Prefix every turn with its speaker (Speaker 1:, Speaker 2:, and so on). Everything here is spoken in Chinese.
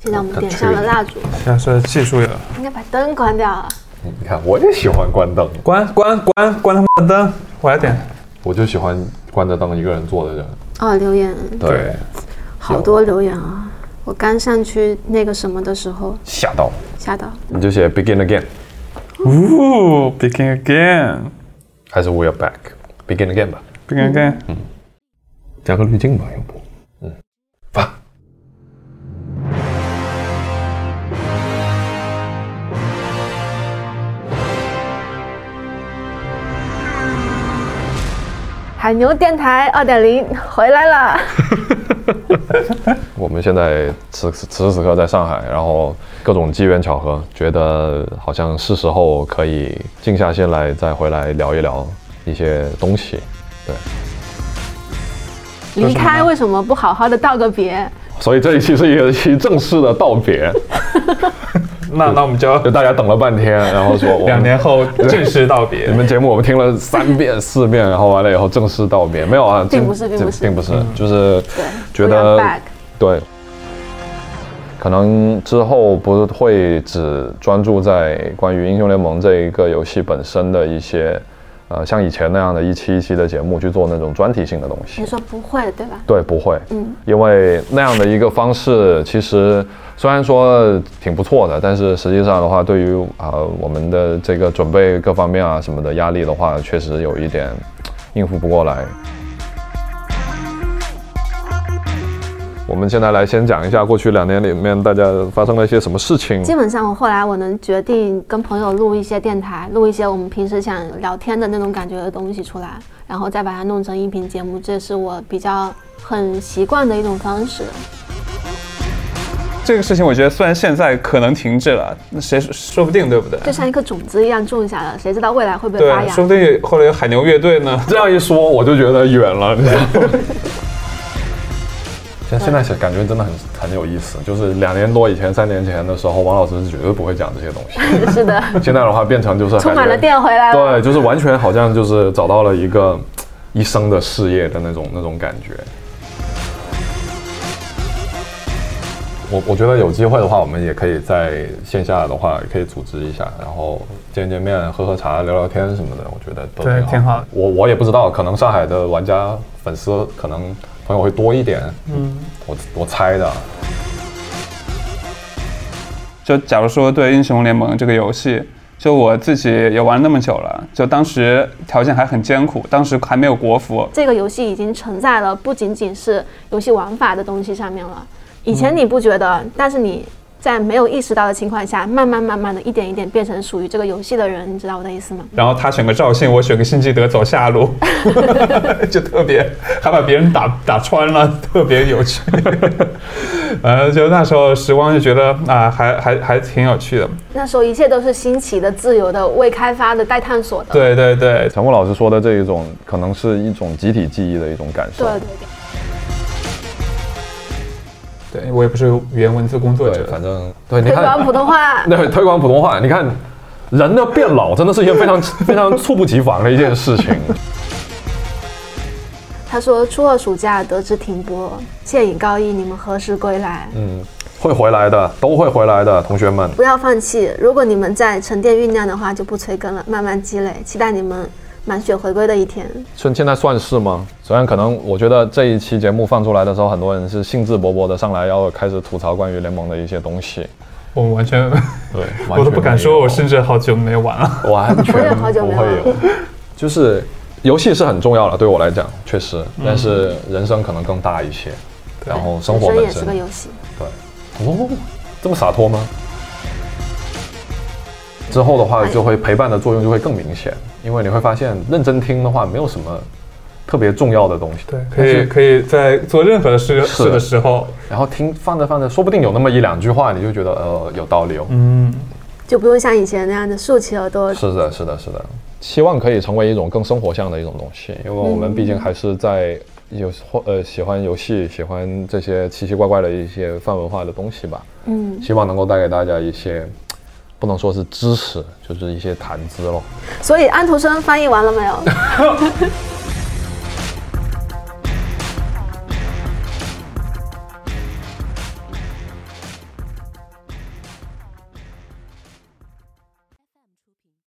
Speaker 1: 现在我们点上了蜡烛，
Speaker 2: 现在是技术也
Speaker 1: 应该把灯关掉啊了。
Speaker 3: 你看，我就喜欢关灯，
Speaker 2: 关关关关他妈的灯，我来点。
Speaker 3: 我就喜欢关着灯一个人坐的人。
Speaker 1: 哦，留言
Speaker 3: 对，
Speaker 1: 好多留言啊！我刚上去那个什么的时候
Speaker 3: 吓到
Speaker 1: 吓到，
Speaker 3: 你就写 begin again，
Speaker 2: 呜，Begin again，Begin
Speaker 3: 还是 we are back，begin again 吧，
Speaker 2: again，
Speaker 3: 加个滤镜吧，要不，嗯，发。
Speaker 1: 海牛电台二点零回来了。
Speaker 3: 我们现在此此此时此刻在上海，然后各种机缘巧合，觉得好像是时候可以静下心来，再回来聊一聊一些东西。对，
Speaker 1: 离开为什么不好好的道个别？
Speaker 3: 所以这一期是一期正式的道别，
Speaker 2: 那那我们就要
Speaker 3: 就大家等了半天，然后说
Speaker 2: 两。年后正式道别
Speaker 3: 你。们节目我们听了三遍四遍，然后完了以后正式道别，没有 啊？
Speaker 1: 并
Speaker 3: 这
Speaker 1: 不是
Speaker 3: 这
Speaker 1: 并不是
Speaker 3: 并不是，就是
Speaker 1: 对，
Speaker 3: 觉
Speaker 1: We are
Speaker 3: 得
Speaker 1: back
Speaker 3: 对，可能之后不会只专注在关于英雄联盟这一个游戏本身的一些，呃，像以前那样的一期一期的节目去做那种专题性的东西
Speaker 1: 你。说不会对吧？
Speaker 3: 对，不会，
Speaker 1: 嗯，
Speaker 3: 因为那样的一个方式，其实虽然说挺不错的，但是实际上的话，对于啊、呃我们的这个准备各方面啊什么的压力的话，确实有一点应付不过来。我们现在来先讲一下过去两年里面大家发生了一些什么事情。
Speaker 1: 基本上我后来我能决定跟朋友录一些电台，录一些我们平时想聊天的那种感觉的东西出来，然后再把它弄成音频节目，这是我比较很习惯的一种方式。
Speaker 2: 这个事情我觉得虽然现在可能停滞了，那谁说不定对不对？
Speaker 1: 就像一颗种子一样种下了，谁知道未来会不会发
Speaker 2: 对，
Speaker 1: 芽
Speaker 2: 说？不定后来有海牛乐队呢。
Speaker 3: 这样一说，我就觉得远了，你知道吗？ 现现在想感觉真的很很有意思，就是两年多以前、三年前的时候，王老师是绝对不会讲这些东西。
Speaker 1: 是 的，
Speaker 3: 现在的话，变成就是
Speaker 1: 充满了
Speaker 3: 感觉
Speaker 1: 电回来了。
Speaker 3: 对，就是完全好像就是找到了一个一生的事业的那种那种感觉。我我觉得有机会的话，我们也可以在线下的话，也可以组织一下，然后见见面、喝喝茶、聊聊天什么的，我觉得都
Speaker 2: 对挺好
Speaker 3: 的我我也不知道，可能上海的玩家粉丝可能朋友会多一点，
Speaker 2: 嗯，
Speaker 3: 我我猜的。
Speaker 2: 就假如说对英雄联盟这个游戏，就我自己也玩那么久了，就当时条件还很艰苦，当时还没有国服，
Speaker 1: 这个游戏已经承载了不仅仅是游戏玩法的东西上面了。以
Speaker 3: 嗯
Speaker 1: 前你不觉得，但是你在没有意识到的情况下，慢慢慢慢的一点一点变成属于这个游戏的人，你知道我的意思吗？
Speaker 2: 然后他选个赵信，我选个辛弃德走下 路，就特别还把别人打打穿了，特别有趣。 呃，就那时候时光就觉得啊、还还还挺有趣的。
Speaker 1: 那时候一切都是新奇的、自由的、未开发的、待探索的。
Speaker 2: 对对对，
Speaker 3: 陈默老师说的这一种，可能是一种集体记忆的一种感受。
Speaker 1: 对对对，
Speaker 2: 对我也不是原文字工作
Speaker 3: 对，
Speaker 2: 者，
Speaker 3: 反正对，你
Speaker 1: 推
Speaker 3: 看
Speaker 1: 广普通 话。
Speaker 3: 对，推广普通话，你看，人的变老真的是一件非常 非常猝不及防的一件事情。
Speaker 1: 他说初二暑假得知停播，现已高一，你们何时归来？
Speaker 3: 嗯，会回来的，都会回来的，同学们。
Speaker 1: 不要放弃，如果你们在沉淀酝酿的话，就不催更了，慢慢积累，期待你们满血回归的一天。
Speaker 3: 趁现在算是吗？虽然可能我觉得这一期节目放出来的时候，很多人是兴致勃勃的上来要开始吐槽关于联盟的一些东西。
Speaker 2: 我完全
Speaker 3: 对，
Speaker 2: 我都不敢说，我
Speaker 3: 是
Speaker 2: 甚至好久没玩了。
Speaker 3: 完
Speaker 1: 我也
Speaker 3: 全
Speaker 1: 好久
Speaker 3: 不
Speaker 1: 没
Speaker 3: 会
Speaker 1: 玩
Speaker 3: 有。就是游戏是很重要的，对我来讲确实，但是人生可能更大一些，然后生
Speaker 1: 嗯
Speaker 3: 活
Speaker 1: 人
Speaker 3: 本
Speaker 1: 也
Speaker 3: 身
Speaker 1: 是个游戏。
Speaker 3: 对，哦，这么洒脱吗？之后的话，
Speaker 1: 哎
Speaker 3: 就会陪伴的作用就会更明显，因为你会发现认真听的话，没有什么特别重要的东西。
Speaker 2: 对，可
Speaker 3: 但
Speaker 2: 以
Speaker 3: 是
Speaker 2: 可以在做任何事
Speaker 3: 是
Speaker 2: 事的时候，
Speaker 3: 然后听放着放着，说不定有那么一两句话，你就觉得呃有道理哦。
Speaker 2: 嗯，
Speaker 1: 就不用像以前那样的竖起耳朵。
Speaker 3: 是的，是的，是的。希望可以成为一种更生活向的一种东西，因为我们毕竟还是在有或呃喜欢游戏、喜欢这些奇奇怪怪的一些泛文化的东西吧。
Speaker 1: 嗯，
Speaker 3: 希望能够带给大家一些，不能说是知识，就是一些谈资咯。
Speaker 1: 所以安徒生翻译完了没有？